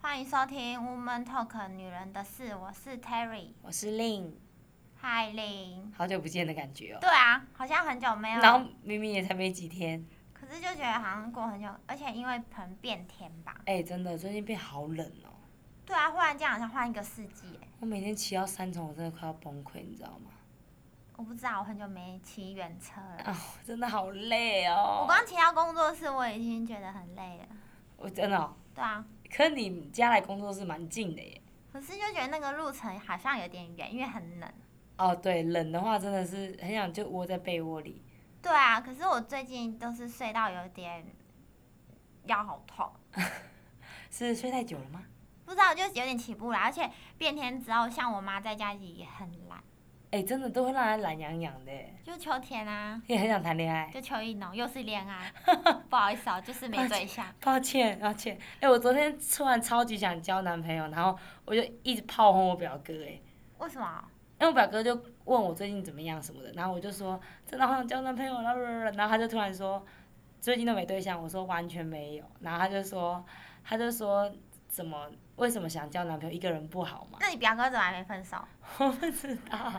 欢迎收听《Woman Talk》女人的事，我是 Terry，我是令，嗨林。好久不见的感觉哦。对啊，好像很久没有，然后明明也才没几天，可是就觉得好像过很久，而且因为可能变天吧。哎、真的最近变好冷哦。对啊，忽然间好像换一个世纪欸，我每天骑到三重，我真的快要崩溃，你知道吗？我不知道，我很久没骑远车了。啊，真的好累我哦。刚骑到工作室，我已经觉得很累了。我真的、哦，对啊，可你家来工作室蛮近的耶。可是就觉得那个路程好像有点远，因为很冷。哦，对，冷的话真的是很想就窝在被窝里。对啊，可是我最近都是睡到有点腰好痛，是睡太久了吗？不知道就是有点起不来，而且变天之后，像我妈在家里也很懒，哎、真的都会让人懒洋洋的耶，就秋天啊，也很想谈恋爱。就秋意浓，又是恋爱， 不好意思哦、就是没对象。抱歉，抱歉。哎、我昨天突然超级想交男朋友，然后我就一直炮轰我表哥，哎，为什么？因为我表哥就问我最近怎么样什么的，然后我就说真的好想交男朋友啦，然后他就突然说最近都没对象，我说完全没有，然后他就说他就说怎么为什么想交男朋友一个人不好 吗？那你表哥怎么还没分手？我不知道，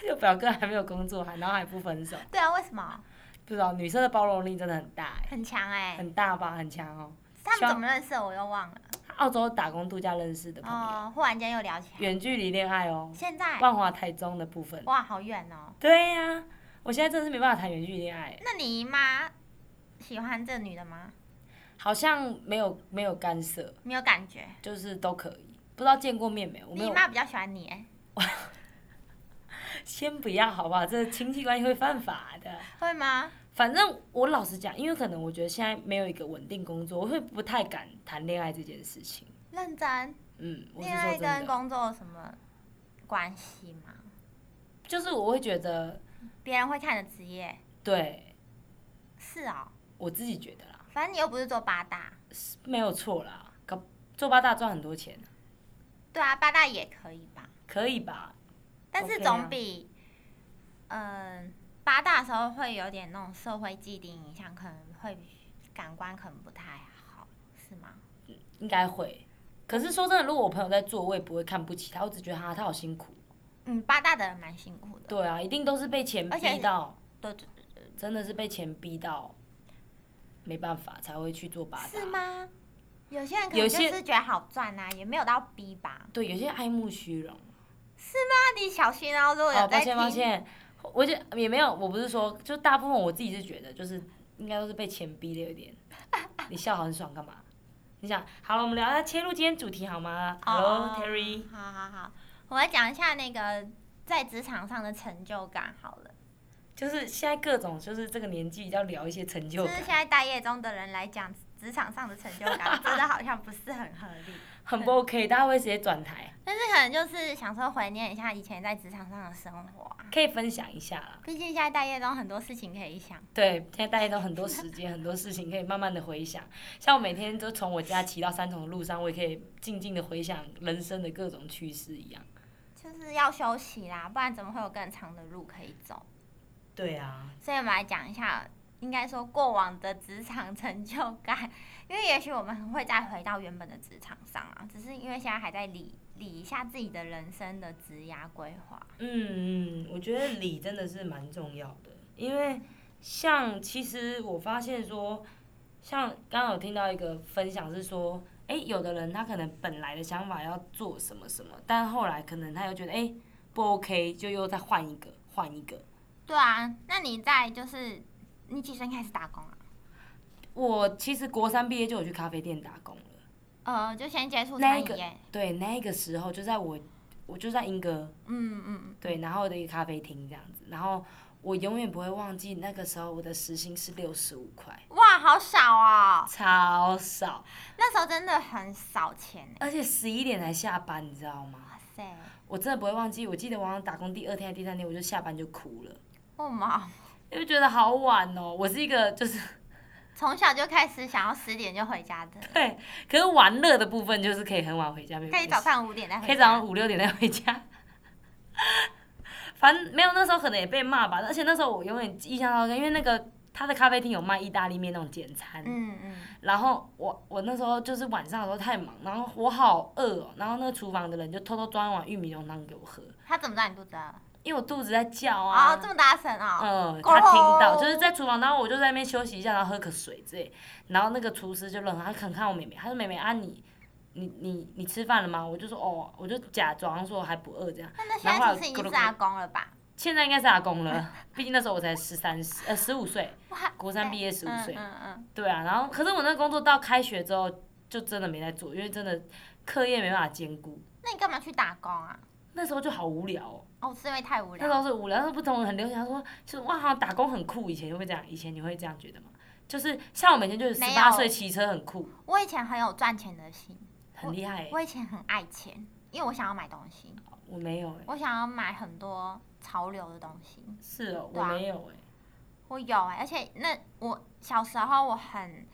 就表哥还没有工作，还然后还不分手，对啊，为什么？不知道女生的包容力真的很大、欸，很强哎、很大吧，很强哦。他们怎么认识的我又忘了。哦澳洲打工度假认识的朋友，哦，忽然间又聊起来。远距离恋爱哦，现在万华台中的部分。哇，好远哦。对呀、我现在真的是没办法谈远距离恋爱欸、那你姨妈喜欢这女的吗？好像没有没有干涉，没有感觉。就是都可以。不知道见过面没有？我没你姨有。妈比较喜欢你哎、先不要好不好？这亲戚关系会犯法的。会吗？反正我老实讲，因为可能我觉得现在没有一个稳定工作，我会不太敢谈恋爱这件事情。认真，嗯，我是恋说爱真跟的，工作有什么关系吗？就是我会觉得，别人会看的职业对是哦，我自己觉得啦，反正你又不是做八大，是没有错啦。搞做八大赚很多钱，对啊，八大也可以吧，可以吧？但是 OK 啊总比，嗯、八大的时候会有点那种社会既定影响，可能会感官可能不太好，是吗？应该会。可是说真的，如果我朋友在做，我也不会看不起他，我只觉得他他好辛苦。嗯，八大的人蛮辛苦的，对啊，一定都是被钱而且逼到。对对真的是被钱逼到没办法才会去做八是大。吗？有些人可能啊有就些是觉得好赚呐、也没有到逼吧。对，有些爱慕虚荣。那你小心哦，如果有哦，抱在听，歉抱歉，我觉得也没有，我不是说，就大部分我自己是觉得，就是应该都是被钱逼的 有点。你笑很爽干嘛？你想好了，我们聊下切入今天主题好吗？Hello 哦 Terry，好好好，我来讲一下那个在职场上的成就感好了。就是现在各种就是这个年纪要聊一些成就就是感现，在待业中的人来讲，职场上的成就 感真的好像不是很合理。很不 OK，大家会直接转台，但是可能就是想说怀念一下以前在职场上的生活啊，可以分享一下啦。毕竟现在待业中很多事情可以想。对，现在大家都很多时间，很多事情可以慢慢的回想。像我每天都从我家骑到三重的路上，我也可以静静的回想人生的各种趣事一样。就是要休息啦，不然怎么会有更长的路可以走？对啊，所以我们来讲一下，应该说过往的职场成就感，因为也许我们会再回到原本的职场上啊，只是因为现在还在理理一下自己的人生的职涯规划。嗯嗯，我觉得理真的是蛮重要的，因为像其实我发现说，像刚刚有听到一个分享是说，哎、有的人他可能本来的想法要做什么什么，但后来可能他又觉得哎、诶不 OK，就又再换一个换一个。对啊，那你在就是你几岁开始打工啊？我其实国三毕业就有去咖啡店打工了。呃，就先接触那餐一饮个业。对，那个时候就在我，我就在英哥，嗯嗯，对，然后的一个咖啡厅这样子，然后我永远不会忘记那个时候我的时薪是六十五块，哇，好少哦，超少，那时候真的很少钱呢。而且十一点才下班，你知道吗？哇塞，我真的不会忘记，我记得我好像打工第二天还是第三天我就下班就哭了，我毛因为觉得好晚哦。我是一个就是 从小就开始想要十点就回家 的，对，可是玩乐的部分就是可以很晚回家，没有可以早上五点再回家。可以早上五六点再回家。 反正没有，那时候可能也被骂吧。而且那时候我永远印象到，因为那个他的咖啡厅有卖意大利面那种简餐，嗯嗯，然后我我那时候就是晚上的时候太忙，然后我好饿哦，然后那个厨房的人就偷偷装一碗玉米浓汤给我喝，他怎么知道你肚子饿了？因为我肚子在叫啊。哦，这么哦大声哦，嗯，够了他听到就是在厨房，然后我就在那边休息一下，然后喝口水之类。然后那个厨师就愣了，他看看我妹妹，他说：“妹妹啊你，你你你吃饭了吗？”我就说：“哦，我就假装说还不饿这样。那那现在其实已经是阿公了吧？”现在应该是阿公了，毕竟那时候我才十三十呃十五岁，哇，国三毕业十五岁。嗯嗯嗯，对啊，然后可是我那个工作到开学之后就真的没在做，因为真的课业没办法兼顾。那你干嘛去打工啊？那时候就好无聊、哦，哦，是因为太无那时聊。候是无聊，那时候不同人很流行，他说就是哇，好像打工很酷。以前会不会这样？以前你会这样觉得吗？就是像我们以前就是十没有八岁骑车很酷，我以前很有赚钱的心，很厉害、欸。我以前很爱钱，因为我想要买东西，我没有哎、我想要买很多潮流的东西。是哦、对我啊没有哎、我有哎、而且那我小时候我很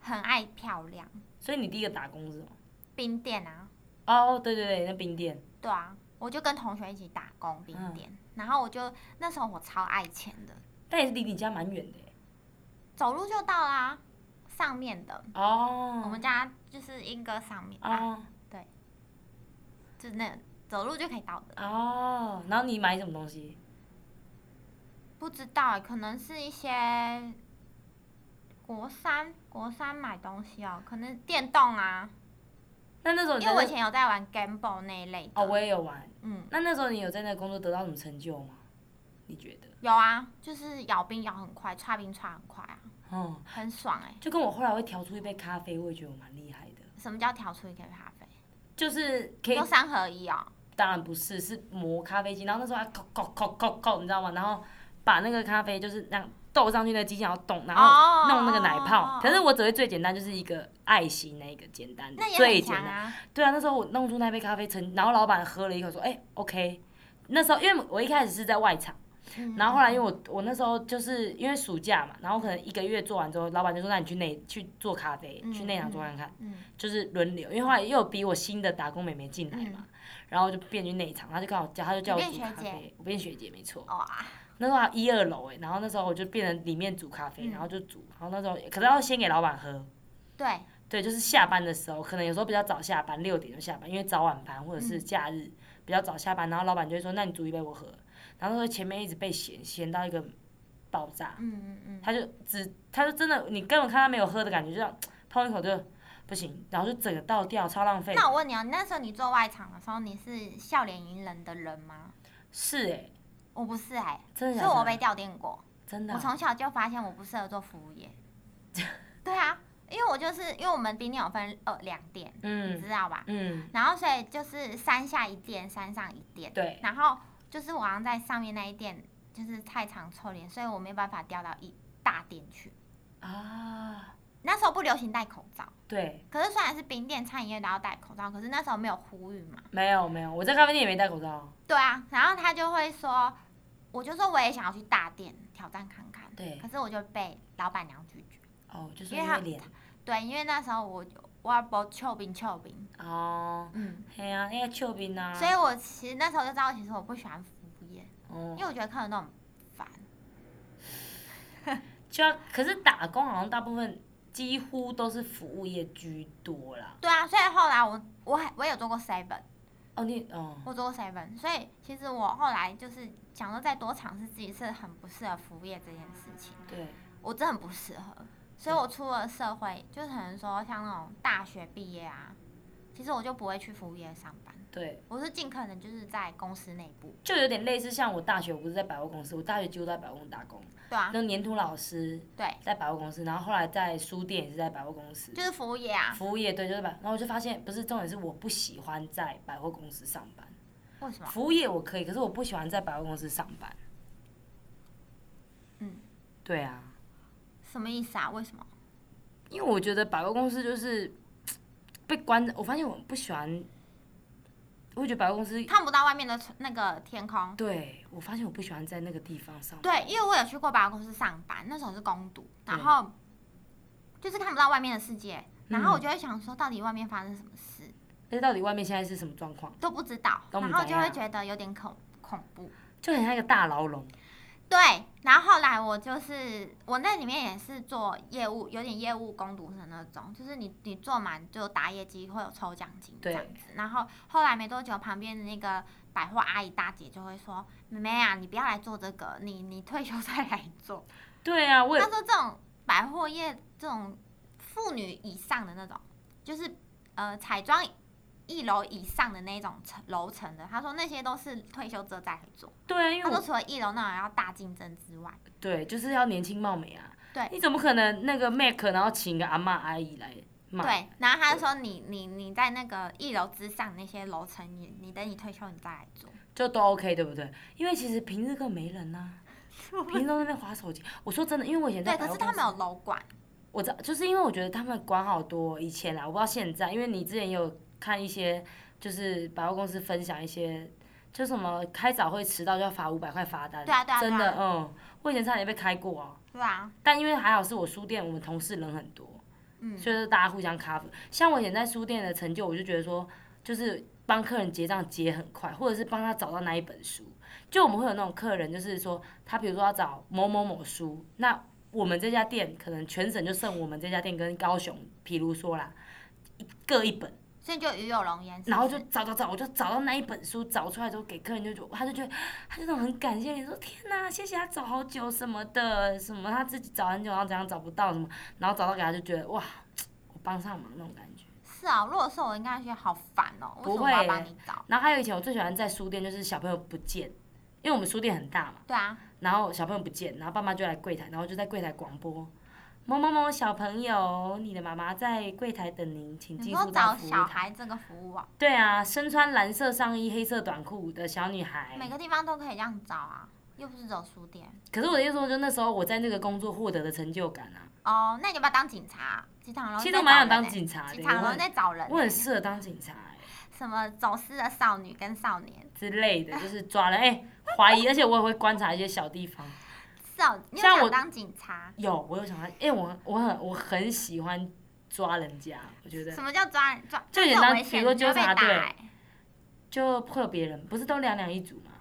很爱漂亮，所以你第一个打工是什么？冰店啊，哦，对对对，那冰店，对啊，我就跟同学一起打工冰嗯店，然后我就那时候我超爱钱的，但也是离你家蛮远的、欸。走路就到啦，上面的，哦，我们家就是一个上面吧，哦就那走路就可以到的。哦，然后你买什么东西？不知道欸，可能是一些国三国三买东西哦，可能电动啊，那那时候你因为我在以前有在玩 Game Boy 那一类的。哦，我也有玩。嗯，那那时候你有在那个工作得到什么成就吗？你觉得？有啊，就是咬冰咬很快，刷冰刷很快啊，哦，很爽哎、就跟我后来会调出一杯咖啡，我也觉得我蛮厉害的，什么叫调出一杯咖啡？就是可以都，三合一哦。当然不是，是磨咖啡机，然后那时候还扣扣扣扣扣，你知道吗？然后把那个咖啡就是那样倒上去，那个机器要动，然后哦弄那个奶泡。可是哦我只会最简单，就是一个爱心那一个简单的那，也最很简强单。啊，对啊，那时候我弄出那杯咖啡成，然后老板喝了一口说：“哎、o k 那时候因为我一开始是在外场。嗯然后后来因为我我那时候就是因为暑假嘛，然后可能一个月做完之后，老板就说那你去内去做咖啡，去内场做看看，嗯就是轮流，因为后来又有比我新的打工妹妹进来嘛，然后就变去内场，他就刚好教，他就叫我嗯你变煮学咖啡，我变学姐没错。哇，那时候还一二楼哎、然后那时候我就变成里面煮咖啡，嗯然后就煮，然后那时候可是要先给老板喝，对，对，就是下班的时候，可能有时候比较早下班，六点就下班，因为早晚班或者嗯是假日、比较早下班，然后老板就会说：“那你煮一杯我喝。”然后那时候前面一直被嫌嫌到一个爆炸，嗯嗯嗯，他就只他就真的你根本看他没有喝的感觉，就这样碰一口就不行，然后就整个倒掉，超浪费。那我问你哦，那时候你做外场的时候，你是笑脸迎人的人吗？是哎、我不是哎、真的假所以的我被调电过。真的我啊、从小就发现我不适合做服 务业。对啊，因为我就是因为我们冰店有分呃两店，你嗯知道吧？嗯，然后所以就是山下一店，山上一店。对，然后就是我好像在上面那一店就是太常臭脸，所以我没办法调到一大店去。啊，那时候不流行戴口罩，对，可是虽然是冰店、餐饮业都要戴口罩，可是那时候没有呼吁嘛。没有没有，我在咖啡店也没戴口罩，对啊，然后他就会说，我就说我也想要去大店挑战看看，对，可是我就被老板娘拒绝。哦，就是因为因他为脸对，因为那时候我我要包秋冰秋冰，哦，嗯，嘿啊，那个秋冰啊，所以我其实那时候就知道，其实我不喜欢服务业，哦因为我觉得客人都很烦。就要，可是打工好像大部分几乎都是服务业居多啦。对啊，所以后来我我还我有做过 seven，哦，你哦，我做过 seven，所以其实我后来就是想说再多尝试自己是很不适合服务业这件事情，对，我真的很不适合，所以我出了社会，就可能说像那种大学毕业啊，其实我就不会去服务业上班，对，我是尽可能就是在公司内部，就有点类似像我大学，我不是在百货公司，我大学几乎都在百货公司打工，对啊，那粘土老师对，在百货公司，然后后来在书店也是在百货公司，就是服务业啊，服务业对，就是百，然后我就发现不是重点是我不喜欢在百货公司上班，为什么？服务业我可以，可是我不喜欢在百货公司上班。嗯，对啊。什么意思啊？为什么？因为我觉得百货公司就是被关着，我发现我不喜欢，我会觉得百货公司，看不到外面的那个天空。对我发现我不喜欢在那个地方上班。对，因为我有去过百货公司上班，那时候是攻读，对然后就是看不到外面的世界，然后我就会想说，到底外面发生什么事但是到底外面现在是什么状况，都不知道，都不然知后就道会觉得有点恐恐怖。就很像一个大牢笼。对，然后后来我就是我那里面也是做业务，有点业务攻读生那种，就是你你做满就打业绩会有抽奖金这对样子。然后后来没多久，旁边的那个百货阿姨大姐就会说：“妹妹啊，你不要来做这个，你你退休再来做。对啊，”我也她说这种百货业这种妇女以上的那种，就是呃彩妆一楼以上的那种层楼层的，她说那些都是退休之后再来做。对啊，因她为说我除了一楼那种要大竞争之外。对就是要年轻貌美啊。对你怎么可能那个 Mac 然后请个阿嬷阿姨来骂？对，然后他就说你你你在那个一楼之上那些楼层，你你等你退休你再来做。就都 OK，对不对？因为其实平日根本没 人呐、平日都在那边划手机。我说真的，因为我以前在对，百可货是公他司，们有楼管，我知道，就是因为我觉得他们管好多以前啦，我不知道现在，因为你之前也有看一些，就是百货公司分享一些，就什么开早会迟到就要罚五百块罚单，对啊对啊对啊真的，嗯，我以前差点被开过啊，对啊，但因为还好是我书店，我们同事人很多，嗯，所以就是大家互相 cover。像我以前在书店的成就，我就觉得说，就是帮客人结账结很快，或者是帮他找到那一本书。就我们会有那种客人，就是说他比如说要找某某某书，那我们这家店可能全省就剩我们这家店跟高雄，比如说啦，一各一本，所以就鱼有龙焉。然后就找找找，我就找到那一本书，找出来之后给客人就觉得，他就觉得他就那种很感谢你说天哪、谢谢他找好久什么的，什么他自己找很久，然后怎样找不到什么，然后找到给他就觉得哇，我帮上忙那种感觉。是啊，如果是我应该觉得好烦哦，为不什么我要会帮你找？然后还有以前我最喜欢在书店，就是小朋友不见，因为我们书店很大嘛，对啊，然后小朋友不见，然后爸妈就来柜台，然后就在柜台广播。某某某小朋友，你的妈妈在柜台等您，请你进说入到找服务小台。孩这个服务啊，对啊，身穿蓝色上衣、黑色短裤的小女孩。每个地方都可以这样找啊，又不是只有书店。可是我的意思说，就那时候我在那个工作获得的成就感啊，哦，那你要不要当警察？鸡汤楼其在找实我蛮想人当欸警察鸡的，汤我楼很在找人我欸，很适合当警察欸什么走失的少女跟少年，之类的，就是抓了哎怀疑，而且我也会观察一些小地方。少，你有像想我当警察？有，我有想到，因为我我很我很喜欢抓人家，我觉得什么叫抓人抓？就这简很单危比险如说你会纠被察打队欸就破别人，不是都两两一组嘛？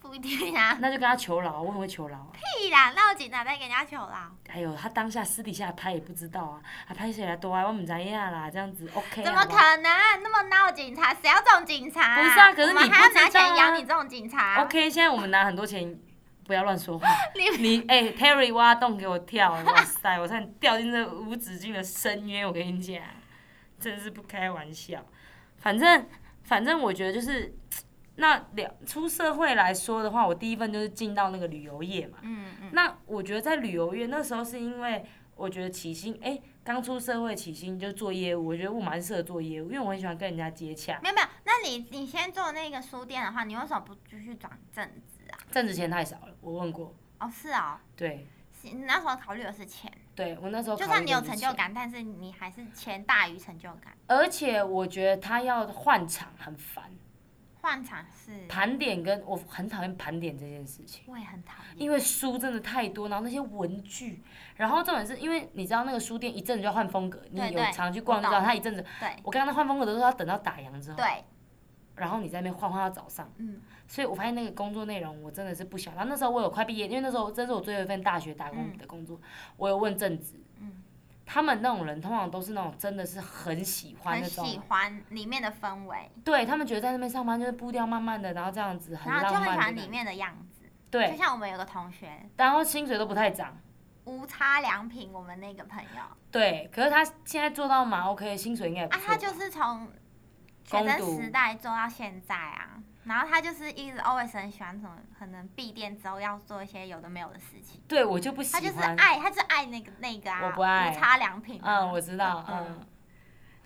不一定啊，那就跟他求饶，我很会求饶啊。屁啦，那我警察在给人家求啦，还有他当下私底下拍也不知道啊，啊拍谁来多啊，我们怎样啦，这样子 OK 啊。怎么好可能？那么闹警察，谁要这种警察、不是啊可是我们你还要不知拿道钱养啊你这种警不察好？OK，现在我们拿很多钱，不要乱说话。你 你哎、t e r r y 挖洞给我跳，哇塞，我差点掉进这无止境的深渊，我跟你讲，真是不开玩笑。反正反正我觉得就是，那两出社会来说的话，我第一份就是进到那个旅游业嘛。嗯嗯，那我觉得在旅游业那时候是因为我觉得起薪，哎、刚出社会起薪就做业务，我觉得我蛮适合做业务，因为我很喜欢跟人家接洽。没有没有，那你你先做那个书店的话，你为什么不继续转正职啊？挣职钱太少了，我问过，哦，是哦，对是你那时候考虑的是钱，对，我那时候就考虑算你有的是成钱就感，但是你还是钱大于成就感。而且我觉得他要换场很烦，换场是，盘点跟我很讨厌盘点这件事情，我也很讨厌。因为书真的太多，然后那些文具，然后重点是因为你知道那个书店一阵子就要换风格，你对有对常去逛我就知道它一阵子，对我刚刚换风格都是要等到打烊之后，对，然后你在那边换换到早上，嗯所以我发现那个工作内容我真的是不想。然后那时候我有快毕业，因为那时候这是我最后一份大学打工嗯的工作，我有问正职，嗯，他们那种人通常都是那种真的是很喜欢很那种喜欢里面的氛围，对他们觉得在那边上班就是步调慢慢的，然后这样子很然后浪就很喜漫欢的里感觉。面的样子。就对，像我们有个同学，然后薪水都不太涨。无差良品，我们那个朋友啊，对，可是他现在做到蛮 OK，的薪水应该也不错吧。他就是从学攻生读时代做到现在啊，然后他就是一直 always 很喜欢什么，可能闭店之后要做一些有的没有的事情，对我就不喜他欢。就是爱，他就是爱那个那个啊，我不爱无差良品、啊，嗯，我知道，嗯，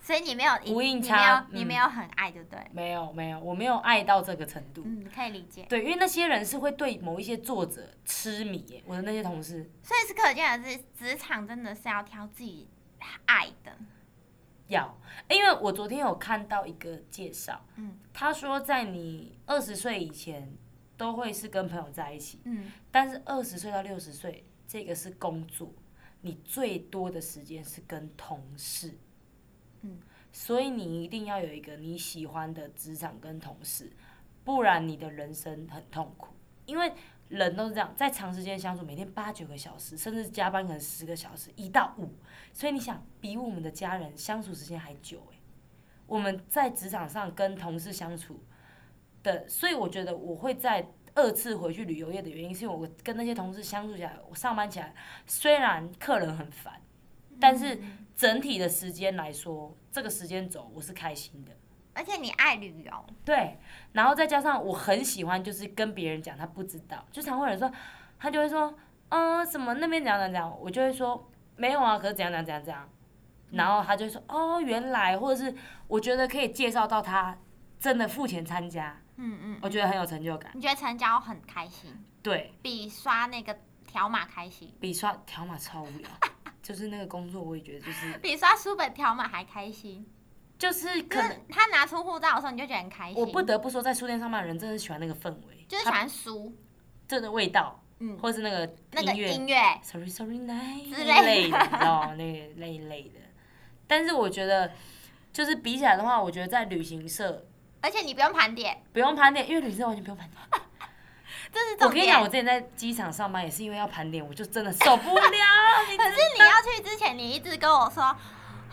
所以你没有无你印你没有差你嗯没有很爱，对不对？没有没有，我没有爱到这个程度。嗯，可以理解，对，因为那些人是会对某一些作者痴迷耶，我的那些同事所以是可见的是，职场真的是要挑自己爱的，要，诶因为我昨天有看到一个介绍，嗯他说在你二十岁以前都会是跟朋友在一起，嗯，但是二十岁到六十岁，这个是工作，你最多的时间是跟同事。嗯，所以你一定要有一个你喜欢的职场跟同事，不然你的人生很痛苦。因为人都是这样，在长时间相处，每天八九个小时，甚至加班可能十个小时，一到五。所以你想，比我们的家人相处时间还久诶、我们在职场上跟同事相处的，所以我觉得我会在二次回去旅游业的原因，是因为我跟那些同事相处起来，我上班起来虽然客人很烦，但是整体的时间来说，这个时间轴我是开心的。而且你爱旅游，对，然后再加上我很喜欢，就是跟别人讲他不知道，就常会有人说，他就会说，嗯，什么那边怎样怎样怎样，我就会说没有啊，可是怎样怎样怎样怎样，然后他就会说哦，原来，或者是我觉得可以介绍到他真的付钱参加，嗯嗯，我觉得很有成就感。你觉得成交很开心，对比刷那个条码开心，比刷条码超无聊， 就是那个工作我也觉得 就是比刷书本条码还开心。就是就可能是他拿出护照的时候，你就觉得很开心，我不得不说，在书店上班的人真的喜欢那个氛围，就是喜他欢书，这个味道，嗯，或是那个那个音乐音乐， sorry sorry night 之那类一类的，你知道吗？那那一类的。但是我觉得，就是比起来的话，我觉得在旅行社而且你不用盘点，不用盘点，因为旅行社完全不用盘点。这是我重跟你讲，点。我之前在机场上班也是因为要盘点，我就真的受不了。你可是你要去之前，你一直跟我说。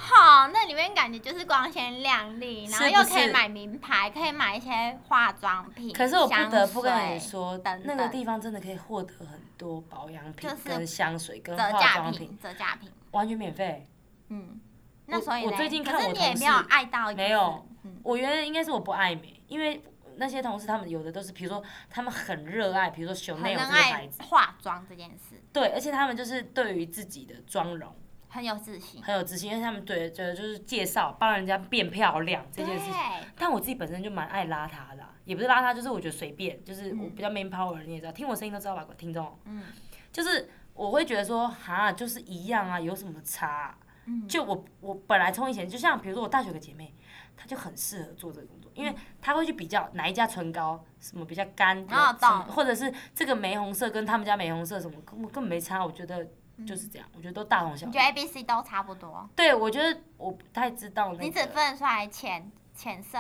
好，那里面感觉就是光鲜亮丽，然后是不又可以是买名牌，可以买一些化妆品。可是我不得不香跟水你说，等那个等地方真的可以获得很多保养品就、是跟香水、跟折化价妆品，品，折价品，完全免费。嗯，那我所以我嘞最近可看是我你也同没有事爱到，没有，嗯，我原来应该是我不爱美，因为那些同事他们有的都是，比如说他们很热爱，比如说 Chanel 很这个能牌爱子，化妆这件事，对，而且他们就是对于自己的妆容很有自信，很有自信，因为他们对觉得就是介绍帮人家变漂亮这对，件事情。但我自己本身就蛮爱邋遢的啊、也不是邋遢，就是我觉得随便，就是我比较 man power，你也知道，听我声音都知道吧，听众。嗯就是我会觉得说，哈，就是一样啊，有什么差啊、嗯，就我我本来从以前，就像比如说我大学有个姐妹，她就很适合做这个工作，因为她会去比较哪一家唇膏什么比较干，比较哦什么懂或者是这个玫红色跟他们家玫红色什么根本根本没差，我觉得就是这样，我觉得都大同小你异觉。得 A、B、C 都差不多，对，我觉得我不太知道那你只个分得出来浅浅色、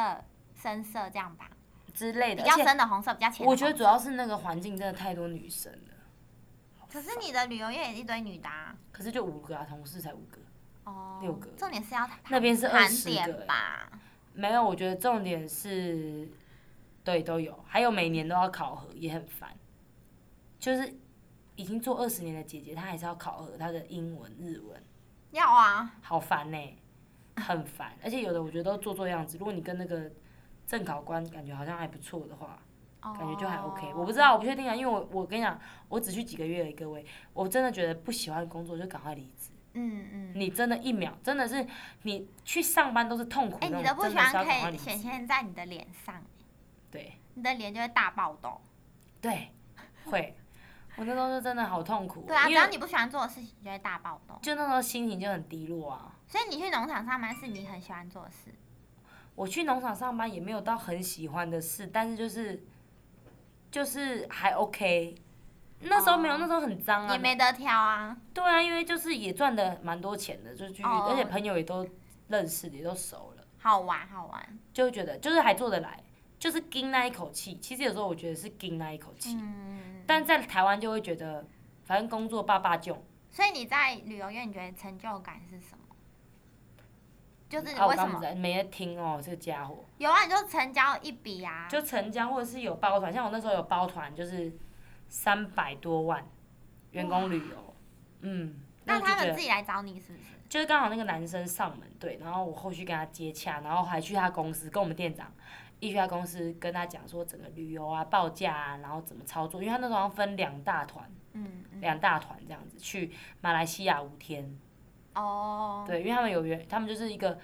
深色这样吧，之类比的，较而且深的红色，比较浅的我红觉色。得主要是那个环境真的太多女生了，可是你的旅游业也一堆女的啊，可是就五个啊，同事才五个，哦，六个重点是要那边是二盘十个欸点吧，没有，我觉得重点是，对，都有，还有每年都要考核，也很烦。就是已经做二十年的姐姐，她还是要考核她的英文、日文，要啊，好烦呢、很烦。而且有的我觉得都做做样子，如果你跟那个正考官感觉好像还不错的话，感觉就还哦 OK。我不知道，我不确定啊，因为我我跟你讲，我只去几个月而已，各位，我真的觉得不喜欢工作就赶快离职。嗯嗯。你真的，一秒真的是你去上班都是痛苦哎、那种，你的不真喜的欢是要赶可快以离显职。现在你的脸上，欸对。你的脸就会大爆痘。对，会。我那时候就真的好痛苦，对啊，只因要为你不喜欢做的事情，你就会大爆痘。就那时候心情就很低落啊。所以你去农场上班是你很喜欢做的事，我去农场上班也没有到很喜欢的事，但是就是就是还 OK。那时候没有，哦那时候很脏啊。也没得挑啊。对啊，因为就是也赚的蛮多钱的，就去，哦而且朋友也都认识的，也都熟了，好玩好玩，就会觉得就是还做得来，就是盯那一口气。其实有时候我觉得是盯那一口气，嗯。但在台湾就会觉得，反正工作爸爸就所以你在旅游业，你觉得成就感是什么？就是啊，嗯我为什刚不么？在没在听哦，这个家伙。有啊，你就成交一笔啊。就成交或者是有包团，像我那时候有包团，就是三百多万员工旅游，嗯，那我就他觉们得自己来找你是不是？就是刚好那个男生上门对，然后我后续跟他接洽，然后还去他公司跟我们店长一去他公司跟他讲说整个旅游啊报价啊，然后怎么操作，因为他那时候好像分两大团，嗯嗯。两大团这样子去马来西亚五天，哦。对，因为他们有原，他们就是一个，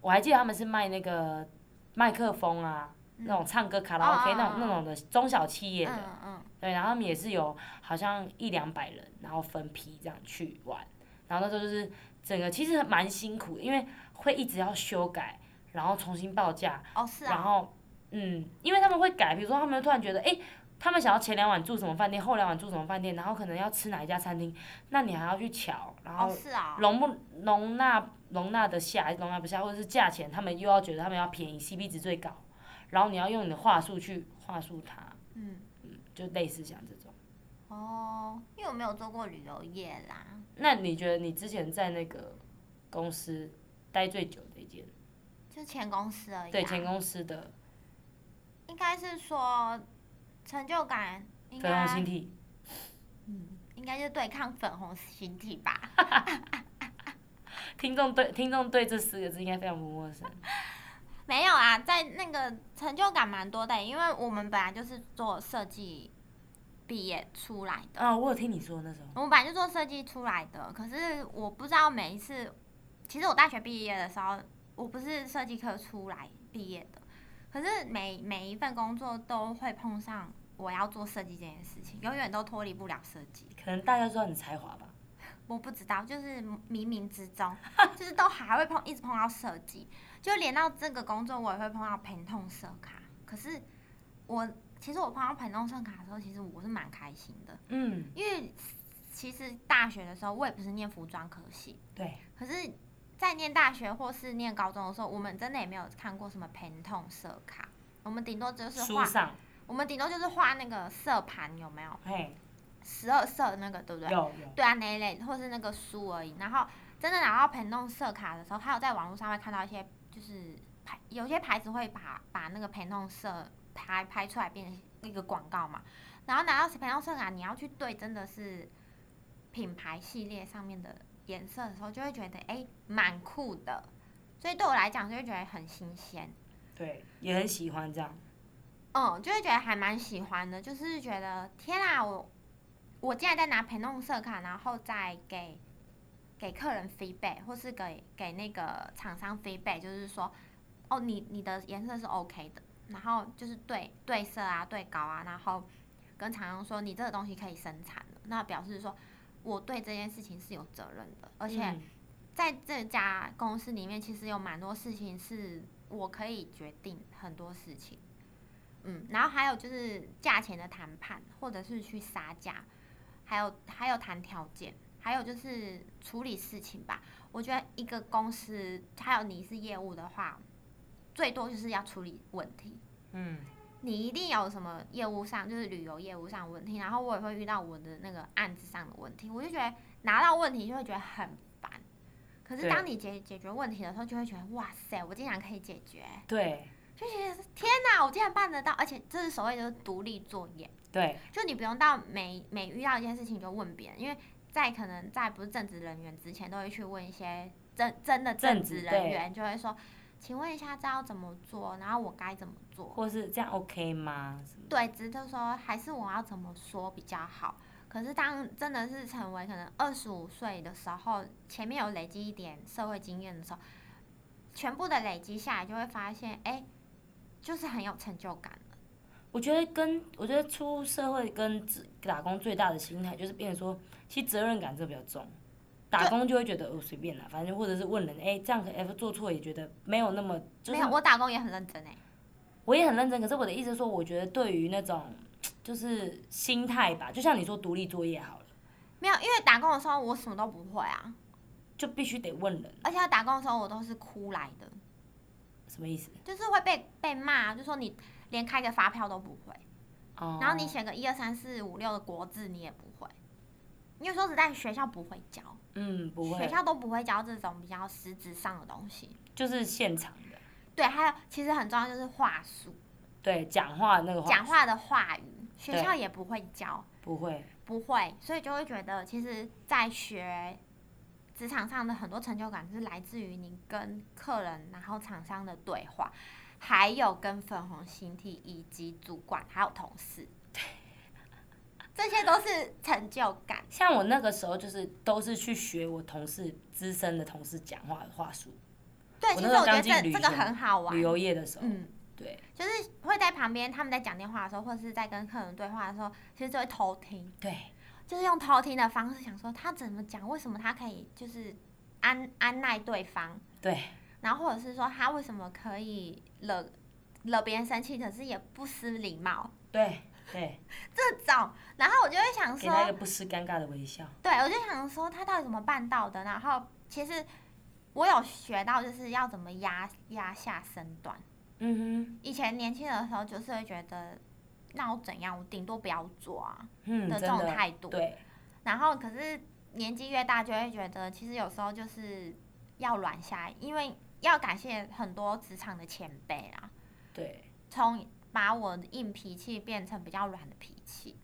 我还记得他们是卖那个麦克风啊，那种唱歌卡拉哦 OK 哦那种那种的中小企业的，嗯嗯。对，然后他们也是有好像一两百人，然后分批这样去玩，然后那时候就是整个其实蛮辛苦的，因为会一直要修改，然后重新报价，哦，是然啊。后嗯，因为他们会改，比如说他们突然觉得，哎、他们想要前两晚住什么饭店，后两晚住什么饭店，然后可能要吃哪一家餐厅，那你还要去瞧，然后哦，是啊。容不容纳容纳得下，还是容纳不下，或者是价钱，他们又要觉得他们要便宜，CP 值最高，然后你要用你的话术去话术它，嗯。就类似像这种。哦，因为我没有做过旅游业啦，那你觉得你之前在那个公司待最久的一间，就前公司而已、啊。对前公司的应该是说成就感，应粉该红嗯星体，应该就对抗粉红形体吧。听众对听众对这四个字应该非常不陌生。没有啊，在那个成就感蛮多的，因为我们本来就是做设计毕业出来的，啊，我有听你说那时候，我们本来就做设计出来的。可是我不知道每一次，其实我大学毕业的时候，我不是设计科出来毕业的，可是每每一份工作都会碰上我要做设计这件事情，永远都脱离不了设计。可能大家知道你才华吧。我不知道，就是冥冥之中， 就是都还会碰，一直碰到设计，就连到这个工作，我也会碰到疼痛社卡。可是我其实我碰到疼痛社卡的时候，其实我是蛮开心的，嗯，因为其实大学的时候我也不是念服装科系，对，可是，在念大学或是念高中的时候，我们真的也没有看过什么疼痛社卡，我们顶多就是书画，上，我们顶多就是画那个色盘有没有嘿，十二色的那个对不对有？有，对啊那一类，或是那个书而已。然后真的拿到 Pendon 色卡的时候，还有在网络上会看到一些，就是牌有些牌子会把把那个 Pendon 色拍拍出来变成一个广告嘛。然后拿到 Pendon 色卡，你要去对真的是品牌系列上面的颜色的时候，就会觉得哎蛮酷的。所以对我来讲，就会觉得很新鲜。对，也很喜欢这样。嗯，就会觉得还蛮喜欢的，就是觉得天啊，我我竟然在拿陪弄社卡，然后再给给客人 feedback，或是给给那个厂商 feedback，就是说，哦，你你的颜色是 OK 的，然后就是对对色啊，对稿啊，然后跟厂商说你这个东西可以生产了，那表示说我对这件事情是有责任的，而且嗯在这家公司里面，其实有蛮多事情是我可以决定很多事情，嗯，然后还有就是价钱的谈判，或者是去杀价，还有还有谈条件，还有就是处理事情吧。我觉得一个公司，还有你是业务的话，最多就是要处理问题。嗯，你一定有什么业务上，就是旅游业务上的问题，然后我也会遇到我的那个案子上的问题，我就觉得拿到问题就会觉得很烦。可是对当你解解决问题的时候，就会觉得哇塞，我竟然可以解决，对就觉得天哪，我竟然办得到！而且这是所谓的独立作业，对，就你不用到每每遇到一件事情就问别人，因为在可能在不是正职人员之前，都会去问一些真真的正正职职对人员，就会说，请问一下这要怎么做，然后我该怎么做。或是这样 OK 吗？什么对，只是就说还是我要怎么说比较好。可是当真的是成为可能二十五岁的时候，前面有累积一点社会经验的时候，全部的累积下来，就会发现，哎、就是很有成就感了。我觉得跟我觉得出社会跟自打工最大的心态就是变成说，其实责任感这比较重。打工就会觉得哦随便啦，反正或者是问人，哎、这样可哎做错也觉得没有那么，就没是有，我打工也很认真哎、我也很认真，可是我的意思是说，我觉得对于那种就是心态吧，就像你说独立作业好了，没有，因为打工的时候我什么都不会啊，就必须得问人，而且打工的时候我都是哭来的，什么意思？就是会被被骂，就说你连开个发票都不会。哦然后你写个一二三四五六的国字你也不会，因为说实在学校不会教，嗯不学会，校都不会教这种比较实质上的东西。就是现场的，对，还有其实很重要就是话术，对，讲话那个话讲话的话语，学对校也不会教，不会，不会，所以就会觉得其实，在学职场上的很多成就感是来自于你跟客人，然后厂商的对话。还有跟粉红星体以及主管还有同 事，这些都是成就感。像我那个时候就是都是去学我同事资深的同事讲话的话术，对，我其那实时候我觉得刚进这旅这个行很好玩旅。游业的时候，嗯，对，就是会在旁边他们在讲电话的时候，或是在跟客人对话的时候，其实就会偷听，对，就是用偷听的方式想说他怎么讲，为什么他可以就是安安奈对方，对，然后或者是说他为什么可以惹惹别人生气，可是也不失礼貌对，对，这种，然后我就会想给他一说，个不失尴尬的微笑，对我就想说他到底怎么办到的，然后其实我有学到就是要怎么压压下身段。嗯以前年轻的时候，就是会觉得那我怎样，我顶多不要做啊嗯，的这真种的，态度。对，然后可是年纪越大，就会觉得其实有时候就是要软下来，因为要感谢很多职场的前辈啦，对，从把我的硬脾气变成比较软的脾气，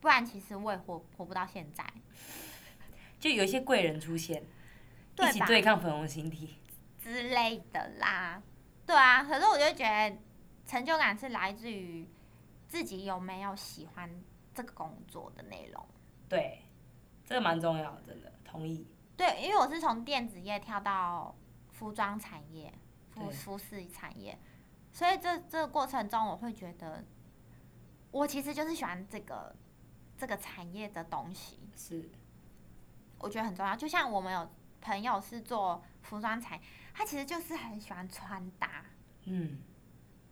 不然其实我也活活不到现在，就有一些贵人出现，一对起吧？对抗粉红星体，之类的啦，对啊。可是我就觉得成就感是来自于自己有没有喜欢这个工作的内容。对，这个蛮重要的，真的，同意。对，因为我是从电子业跳到服装产业、服对服饰产业，所以这这个过程中，我会觉得我其实就是喜欢这个这个产业的东西，是，我觉得很重要。就像我们有朋友是做服装产业，他其实就是很喜欢穿搭，嗯，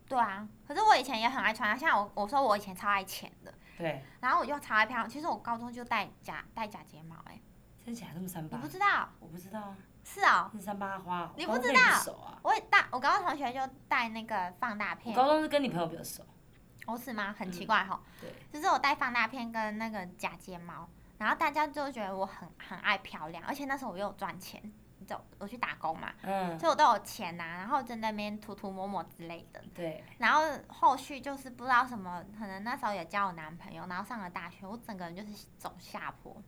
对啊。可是我以前也很爱穿搭，啊像我我说我以前超爱钱的，对，然后我就超爱漂亮。其实我高中就戴假戴假睫毛、欸，哎，真假这么三你八不？知道？我不知道啊，是哦，是三八花哦，你我不高中知跟道不熟啊？我也大我高中同学就戴那个放大我片，高中是跟你朋友比较熟，哦，是吗？很嗯奇怪哈、对，就是我戴放大片跟那个假睫毛，然后大家就觉得我很很爱漂亮，而且那时候我又有赚钱，你知道我去打工嘛，嗯，所以我都有钱呐、然后在那边涂涂抹抹之类的。对，然后后续就是不知道什么，可能那时候也交我男朋友，然后上了大学，我整个人就是走下坡，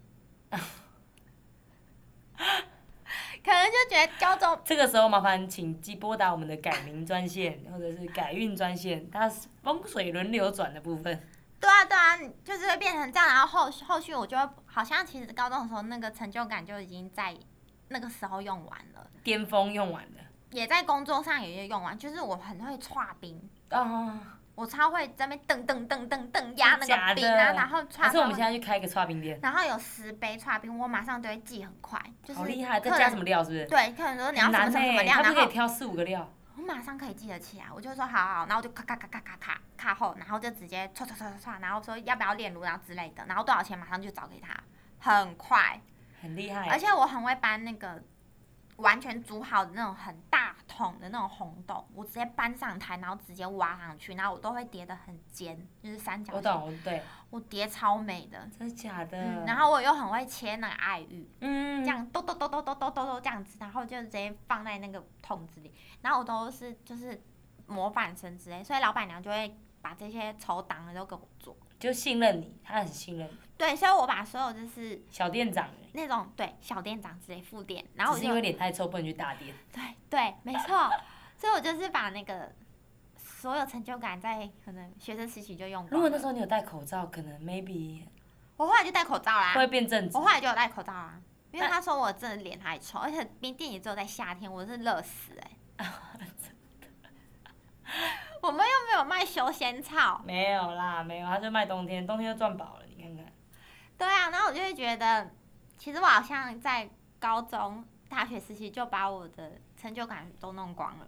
可能就觉得高中这个时候麻烦请即拨打我们的改名专线或者是改运专线，它是风水轮流转的部分。对啊，对啊，就是会变成这样，然后后后续我就会好像其实高中的时候那个成就感就已经在那个时候用完了，巅峰用完了也在工作上也用完，就是我很会串冰，啊！我超会在那边噔噔噔噔噔压那个冰真假啊，的然后可串是我们现在去开一个刷冰店，然后有十杯串冰，我马上就会记很快，就是好厉害！再客加人什么料是不是？对，客人说你要很什么什么难什呢、么欸，料，他然不可后以挑四五个料，我马上可以记得起来，我就说好好，好然后就咔咔咔咔咔咔咔后，然后就直接唰唰唰唰唰，然后说要不要炼乳，然后之类的，然后多少钱马上就找给他，很快，很厉害。而且我很会搬那个完全煮好的那种很大桶的那种红豆，我直接搬上台，然后直接挖上去，然后我都会叠的很尖，就是三角我形，懂，我对，我叠超美的。真的假的？嗯，然后我又很会切那个爱玉，嗯这样咚咚咚咚咚咚咚咚这样子，然后就直接放在那个桶子里，然后我都是就是模板生之类，所以老板娘就会把这些丑档的都给我做。就信任你，他很信任你，对，所以我把所有就是小店长而已。那种对小店长之类副店，然后我只就是哦因为脸太臭，不能去大店。对对，没错， 所以我就是把那个所有成就感在可能学生时期就用如过果那，时候你有戴口罩，可能 maybe 我后来就戴口罩啦，会变正直我。后来就有戴口罩啊，因为但他说我真的脸太臭，而且冰店也只有在夏天，我是热死哎、 我们又没有卖休闲草，没有啦，没有，他就卖冬天，冬天就赚饱了，你看看。对啊，然后我就会觉得，其实我好像在高中、大学时期就把我的成就感都弄光了。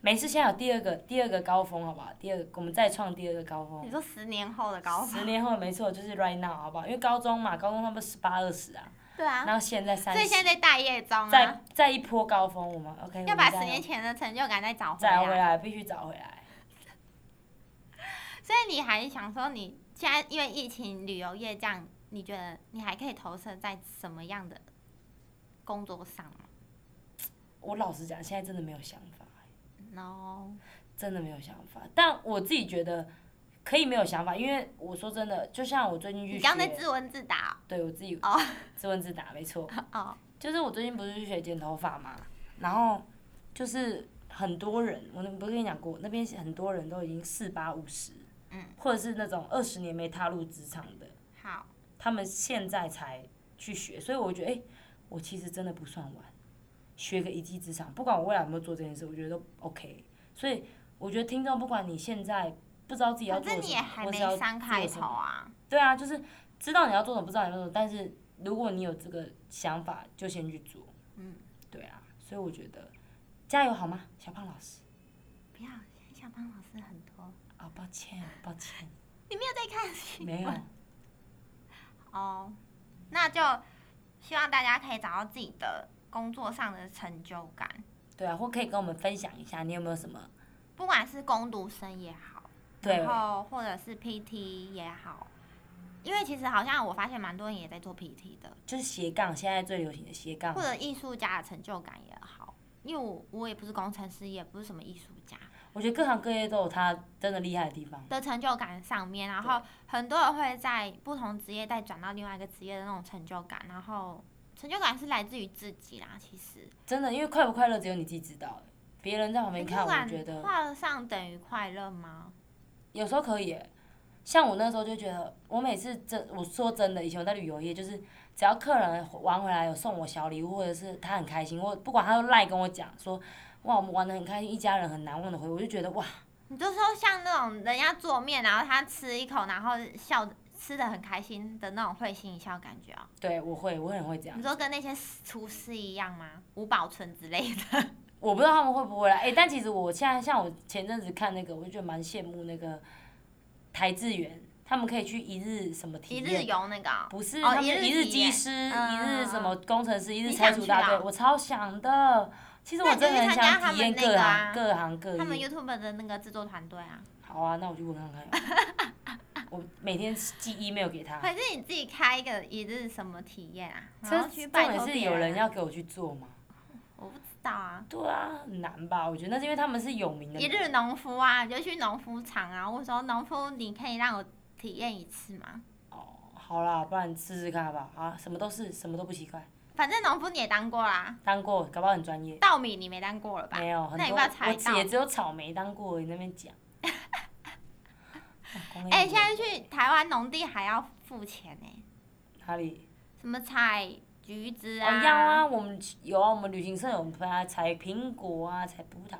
没事，现在有第二个第二个高峰，好不好？第二个，我们再创第二个高峰你。说十年后的嗯高十峰，年后没错，就是 right now，好不好？因为高中嘛，高中他们十八二十啊，对啊，然后现在三所以十，现在在待业中啊再。再一波高峰，我们 OK，要我们把再十年前的成就感再找回找回来。来，必须找回来。所以你还想说，你现在因为疫情旅游业这样，你觉得你还可以投射在什么样的工作上吗我老实讲，现在真的没有想法， ？No，真的没有想法。但我自己觉得可以没有想法，因为我说真的，就像我最近去你学，刚才自问自答对我自己哦自问自答，没错。哦，就是我最近不是去学剪头发嘛，然后就是很多人，我那不是跟你讲过，那边很多人都已经四八五十，嗯，或者是那种二十年没踏入职场的，好，他们现在才去学，所以我觉得，哎、我其实真的不算晚，学个一技之长，不管我未来有没有做这件事，我觉得都 OK。所以我觉得听众，不管你现在不知道自己要反做什正么，你也还或没是要三开做头什么啊。对啊，就是知道你要做什么，不知道你要做什么，但是如果你有这个想法，就先去做。嗯，对啊，所以我觉得加油好吗，小胖老师？不要，现在小胖老师很多，啊、抱歉，抱歉， 你没有在看新没有闻，哦。那就希望大家可以找到自己的工作上的成就感。对啊，或可以跟我们分享一下，你有没有什么不不管是工读生也好，对然，后或者是 PT 也好，因为其实好像我发现蛮多人也在做 PT 的，就是斜杠，现在最流行的斜杠或，者艺术家的成就感也好。因为我我也不是工程师，也不是什么艺术家我觉得各行各业都有它真的厉害的地方。的成就感上面，然后很多人会在不同职业再转到另外一个职业的那种成就感，然后成就感是来自于自己啦，其实。真的，因为快不快乐只有你自己知道、欸别人在旁边成就看，我感觉得画上等于快乐吗？有时候可以欸、像我那时候就觉得，我每次真我说真的，以前我在旅游业，就是只要客人玩回来有送我小礼物，或者是他很开心，或不管他都赖跟我讲说，哇，我们玩的很开心，一家人很难忘的回忆，我就觉得哇，你就说像那种人家做面，然后他吃一口，然后笑吃的很开心的那种会心一笑感觉啊、对啊我会，我很会这样你。说跟那些厨师一样吗？吴宝存之类的，我不知道他们会不会来，哎、但其实我现在像我前阵子看那个，我就觉得蛮羡慕那个台志远，他们可以去一日什么体一验，日游那个啊、不是，哦他们一日一日体机验师，嗯一日什么工程师，一日你拆想除去大队啊，我超想的。其实那我你真就的去很参加想他体们验那各个行啊各行各他们业。 YouTube 的那个制作团队啊，好啊，那我去问看看。我每天寄 email 给他，还是你自己开一个一日什么体验啊？然后这去重拜点托是别有人人啊，要给我去做嘛？我不知道啊。对啊，很难吧？我觉得那是因为他们是有名的一人，日农夫啊，你就去农夫场啊。我说农夫，你可以让我体验一次吗？哦好啦，不然试试看好不好？啊，什么都是，什么都不奇怪。反正农夫你也当过啦，当过，搞不好很专业。稻米你没当过了吧？没有，很那你多不要踩我到也只有草莓当过，你那 边讲。哎、光哎、亮现在去台湾农地还要付钱呢、哪里？什么采橘子哦啊，一样啊，我们有啊，我们旅行社有陪他采苹果啊，采葡萄，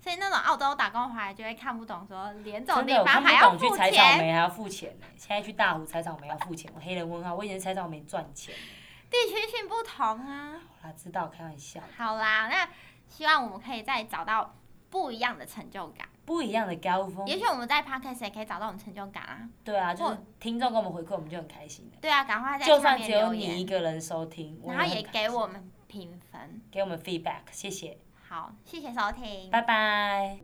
所以那种澳洲打工回来就会看不懂，说连这种真地的我方看还不要懂去付采草钱，莓还要付钱呢、现在去大湖采草莓要付钱，我黑人问号，我以前采草莓赚钱。地区性不同啊。好啦，知道，开玩笑，好啦，那希望我们可以再找到不一样的成就感。不一样的高峰。也许我们在 podcast 也可以找到我们成就感啊。对啊，就我是听众给我们回馈，我们就很开心的。对啊，赶快在就下算只面有留你一言，个人收听，然后也也很开给心我们评分。给我们 feedback，谢谢，好，谢谢收听，拜拜。